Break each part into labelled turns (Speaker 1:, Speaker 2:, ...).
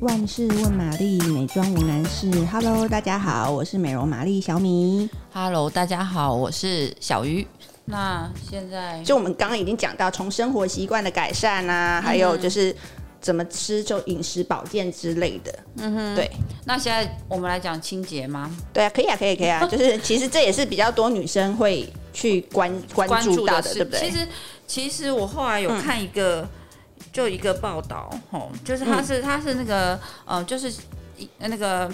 Speaker 1: 万事问玛丽，美妆无难事。Hello，大家好，我是美容玛丽小米。
Speaker 2: Hello，大家好，我是小鱼。那现在
Speaker 1: 就我们刚刚已经讲到，从生活习惯的改善啊，还有就是怎么吃，就饮食保健之类的。嗯哼，对
Speaker 2: 那现在我们来讲清洁吗？
Speaker 1: 对啊，可以啊，可以，可以啊。就是其实这也是比较多女生会去关关
Speaker 2: 关
Speaker 1: 注
Speaker 2: 注
Speaker 1: 到
Speaker 2: 的
Speaker 1: 的，
Speaker 2: 是，
Speaker 1: 对不对？嗯
Speaker 2: 其实其实我后来有看一个，就一个报道，吼，就是他是、他是那个呃，就是一那个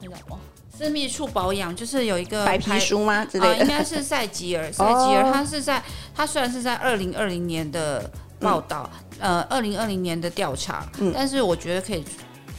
Speaker 2: 那叫什么私密处保养，就是有一个
Speaker 1: 白皮
Speaker 2: 牌
Speaker 1: 书吗之
Speaker 2: 啊，
Speaker 1: 类
Speaker 2: 应
Speaker 1: 的？
Speaker 2: 该是塞吉尔，塞吉
Speaker 1: 哦
Speaker 2: 尔，他是在他虽然是在二零二零年的报道，呃，二零二零年的调查，
Speaker 1: 嗯
Speaker 2: 但是我觉得可以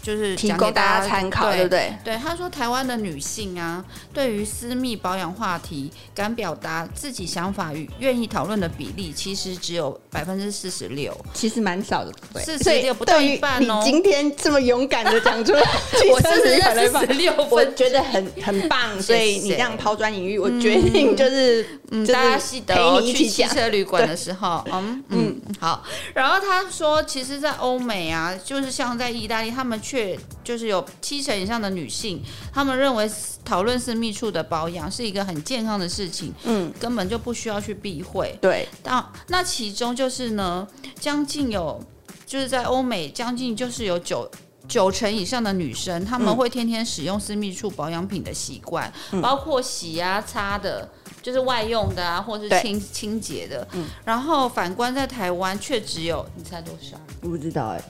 Speaker 2: 就是
Speaker 1: 提
Speaker 2: 讲给
Speaker 1: 供大
Speaker 2: 大
Speaker 1: 家参考，对
Speaker 2: 对
Speaker 1: 不对？
Speaker 2: 对，他说台湾的女性啊，对于私密保养话题敢表达自己想法与愿意讨论的比例，其实只有百分之四十六。
Speaker 1: 其实蛮少的，对不对
Speaker 2: 46
Speaker 1: 所以
Speaker 2: 不到
Speaker 1: 对于
Speaker 2: 一半哦
Speaker 1: 你今天这么勇敢的讲出 来，其
Speaker 2: 我
Speaker 1: 实
Speaker 2: 四十
Speaker 1: 很累吧
Speaker 2: 四十六
Speaker 1: 我
Speaker 2: 分，
Speaker 1: 觉得很很棒，
Speaker 2: 谢谢
Speaker 1: 所以你这样抛砖引玉，我决定就是
Speaker 2: 嗯，
Speaker 1: 就是
Speaker 2: 大家记得、哦、
Speaker 1: 陪你一
Speaker 2: 去
Speaker 1: 起
Speaker 2: 汽
Speaker 1: 讲
Speaker 2: 车旅馆的 时候，嗯嗯好。然后他说，其实，在欧美啊，就是像在意大利，他们却就是有七成以上的女性，他们认为讨论私密处的保养是一个很健康的事情，
Speaker 1: 嗯，
Speaker 2: 根本就不需要去避讳。
Speaker 1: 对，
Speaker 2: 那那其中就是呢，将近有就是在欧美，将近就是有九九成以上的女生，她们
Speaker 1: 嗯
Speaker 2: 会天天使用私密处保养品的习惯，包括洗啊、擦的。就是外用的啊，或是
Speaker 1: 对嗯
Speaker 2: 清清洁的。然后反观在台湾，却只有你猜多少？
Speaker 1: 我不知道哎，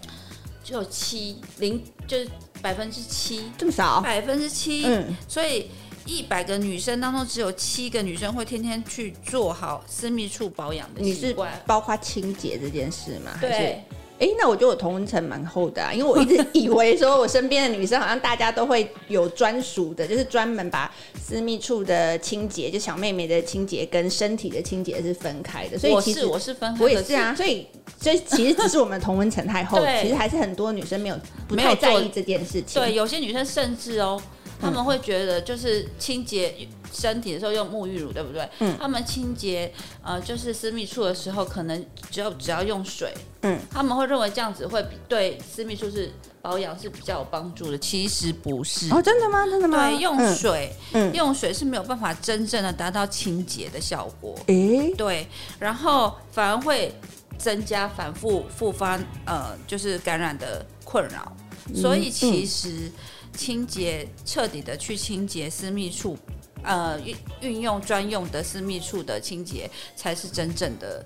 Speaker 2: 只有七零，就是百分之七，
Speaker 1: 这么少，
Speaker 2: 百分之七。
Speaker 1: 哦嗯，
Speaker 2: 所以一百个女生当中，只有七个女生会天天去做好私密处保养的
Speaker 1: 你
Speaker 2: 习
Speaker 1: 是
Speaker 2: 惯。
Speaker 1: 包括清洁这件事吗？还是
Speaker 2: 对，
Speaker 1: 哎、那我觉得我同温层蛮厚的啊，因为我一直以为说我身边的女生好像大家都会有专属的，就是专门把私密处的清洁，就小妹妹的清洁跟身体的清洁是分开的，所以
Speaker 2: 我
Speaker 1: 其实
Speaker 2: 是我是分开，
Speaker 1: 我也
Speaker 2: 可，
Speaker 1: 是啊，所以所以其实只是我们的同温层太厚
Speaker 2: 对
Speaker 1: 其实还是很多女生没有不
Speaker 2: 没
Speaker 1: 太
Speaker 2: 有做
Speaker 1: 在意这件事情。
Speaker 2: 对，有些女生甚至哦，她
Speaker 1: 嗯
Speaker 2: 们会觉得就是清洁身体的时候用沐浴乳，对不对？
Speaker 1: 嗯
Speaker 2: 她们清洁呃就是私密处的时候，可能只有只要用水，
Speaker 1: 嗯，
Speaker 2: 她们会认为这样子会比对私密处是保养是比较有帮助的，其实不是。
Speaker 1: 哦，真的吗？真的吗？
Speaker 2: 对，用水、
Speaker 1: 嗯，
Speaker 2: 用水是没有办法真正的达到清洁的效果。
Speaker 1: 诶、
Speaker 2: 对，然后反而会增加反复复发呃，就是感染的困扰。嗯所以其实清洁彻底的去清洁私密处，呃，运运用专用的私密处的清洁才是真正的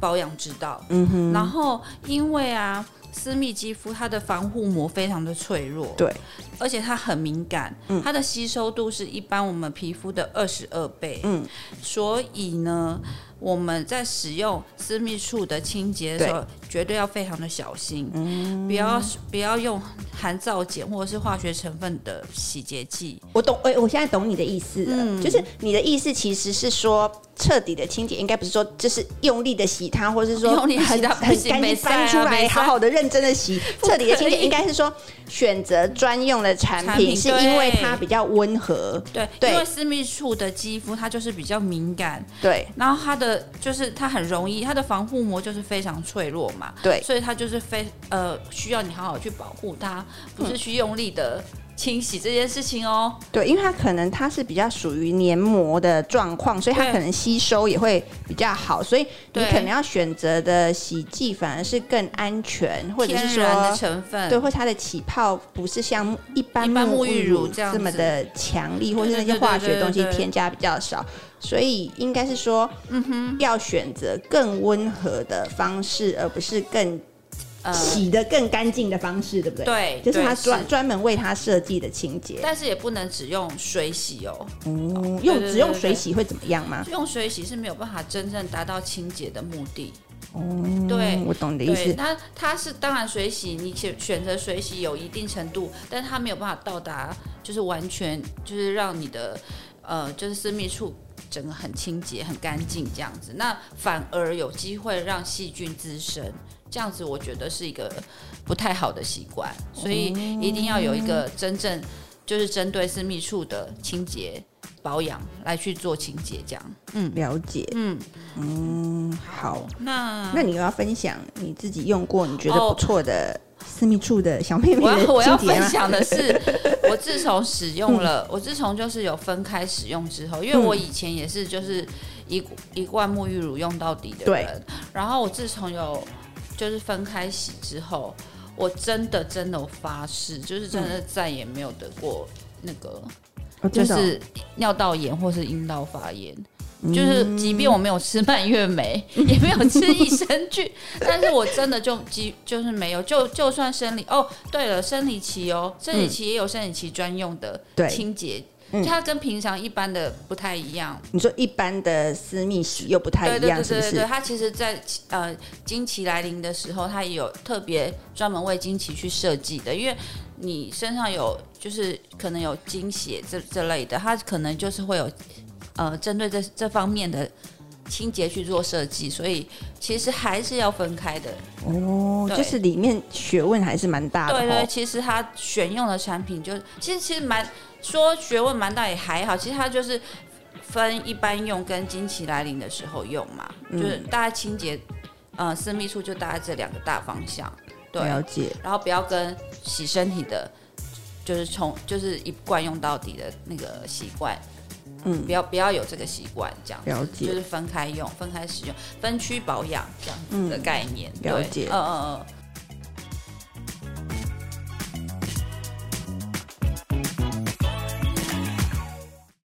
Speaker 2: 保养之道。嗯哼。然后因为啊，私密肌肤它的防护膜非常的脆弱，
Speaker 1: 对，
Speaker 2: 而且它很敏感，它的吸收度是一般我们皮肤的二十二倍。
Speaker 1: 嗯，
Speaker 2: 所以呢，我们在使用私密处的清洁的时候，绝对要非常的小心，
Speaker 1: 嗯
Speaker 2: 不要不要用含皂碱或者是化学成分的洗洁剂。
Speaker 1: 我懂，诶、我现在懂你的意思了，就是你的意思其实是说彻底的清洁，应该不是说就是用力的洗它，或是说
Speaker 2: 用力地洗
Speaker 1: 很
Speaker 2: 它
Speaker 1: 很
Speaker 2: 不行
Speaker 1: 干净
Speaker 2: 没
Speaker 1: 翻
Speaker 2: 塞啊
Speaker 1: 出来，
Speaker 2: 没塞
Speaker 1: 好好的认真的洗。
Speaker 2: 不
Speaker 1: 彻底的
Speaker 2: 可
Speaker 1: 清洁
Speaker 2: 以
Speaker 1: 应该是说选择专用的产
Speaker 2: 产
Speaker 1: 品，
Speaker 2: 品
Speaker 1: 是因为
Speaker 2: 对
Speaker 1: 它比较温和，
Speaker 2: 对，
Speaker 1: 对
Speaker 2: 因为私密处的肌肤它就是比较敏感，
Speaker 1: 对
Speaker 2: 然后它的就是它很容易，它的防护膜就是非常脆弱嘛，
Speaker 1: 对
Speaker 2: 所以它就是非呃需要你好好去保护它，不是去用力的清洗这件事情哦。
Speaker 1: 对，因为它可能它是比较属于黏膜的状况，所以它
Speaker 2: 对
Speaker 1: 可能吸收也会比较好，所以你
Speaker 2: 对
Speaker 1: 可能要选择的洗剂反而是更安全，或者是
Speaker 2: 天然的
Speaker 1: 说。
Speaker 2: 成分，
Speaker 1: 对，或者它的起泡不是像一般
Speaker 2: 一般
Speaker 1: 沐
Speaker 2: 沐浴
Speaker 1: 乳
Speaker 2: 乳这样
Speaker 1: 么
Speaker 2: 子
Speaker 1: 的强力，或是
Speaker 2: 对
Speaker 1: 那
Speaker 2: 对
Speaker 1: 些
Speaker 2: 对
Speaker 1: 化
Speaker 2: 对
Speaker 1: 学
Speaker 2: 对
Speaker 1: 东西
Speaker 2: 对
Speaker 1: 添加比较少，所以应该是说，嗯哼，要选择更温和的方式，而不是更
Speaker 2: 呃，
Speaker 1: 洗的更干净的方式，对不对？
Speaker 2: 对，
Speaker 1: 就是
Speaker 2: 对
Speaker 1: 它专专门为它设计的清洁。
Speaker 2: 但是也不能只用水洗哦，
Speaker 1: 嗯，
Speaker 2: 对
Speaker 1: 用
Speaker 2: 对
Speaker 1: 只用
Speaker 2: 对
Speaker 1: 水
Speaker 2: 对
Speaker 1: 洗会怎么样吗？
Speaker 2: 用水洗是没有办法真正达到清洁的目的。
Speaker 1: 嗯
Speaker 2: 对
Speaker 1: 我懂你的意
Speaker 2: 对，
Speaker 1: 思。
Speaker 2: 那它是当然水洗，你选选择水洗有一定程度，但它没有办法到达，就是完全就是让你的呃就是私密处整个很清洁、很干净这样子，那反而有机会让细菌滋生，这样子我觉得是一个不太好的习惯，所以一定要有一个真正就是针对私密处的清洁保养来去做清洁这样。
Speaker 1: 了解，
Speaker 2: 嗯，
Speaker 1: 嗯，好，
Speaker 2: 那
Speaker 1: 那你有要分享你自己用过你觉得不
Speaker 2: 哦
Speaker 1: 错的私密处的小妹妹
Speaker 2: 我
Speaker 1: 的
Speaker 2: 要我要啊
Speaker 1: 清洁
Speaker 2: 分
Speaker 1: 吗
Speaker 2: 享的是， 我自从使用了，我自从就是有分开使用之后，因为
Speaker 1: 嗯
Speaker 2: 我以前也是就是一一罐沐浴乳用到底的人，然后我自从有就是分开洗之后，我真的真的我发誓，就是真的再也没有得过那个、
Speaker 1: 哦
Speaker 2: 就
Speaker 1: 真的哦
Speaker 2: 是尿道炎或是阴道发炎。就是，即便我没有吃蔓越莓，
Speaker 1: 嗯
Speaker 2: 也没有吃益生 菌，但是我真的就几就是没有，就就算生理哦，对了，生理期哦，生理期也有生理期专用的
Speaker 1: 嗯对
Speaker 2: 清洁，
Speaker 1: 嗯
Speaker 2: 就它跟平常一般的不太一样。
Speaker 1: 你说一般的私密洗又不太
Speaker 2: 对
Speaker 1: 一
Speaker 2: 对
Speaker 1: 样，
Speaker 2: 对
Speaker 1: 是不
Speaker 2: 对对，
Speaker 1: 是？
Speaker 2: 它其实在，呃经期来临的时候，它也有特别专门为经期去设计的，因为你身上有就是可能有经血这这类的，它可能就是会有呃针对这这方面的清洁去做设计，所以其实还是要分开的。
Speaker 1: 哦，
Speaker 2: 对
Speaker 1: 就是里面学问还是蛮大的
Speaker 2: 对对，
Speaker 1: 哦。
Speaker 2: 其实他选用的产品就其实其实蛮说学问蛮大也还好，其实它就是分一般用跟经期来临的时候用嘛，
Speaker 1: 嗯
Speaker 2: 就是大概清洁呃私密处就大概这两个大方向，对，
Speaker 1: 了解。
Speaker 2: 然后不要跟洗身体的。就是从就是一贯用到底的那个习惯，
Speaker 1: 嗯
Speaker 2: 不，要不要有这个习惯，这样子
Speaker 1: 了解
Speaker 2: 就是分开用、分开使用、分区保养这样子的概念。
Speaker 1: 嗯了
Speaker 2: 对
Speaker 1: 解
Speaker 2: 嗯嗯嗯，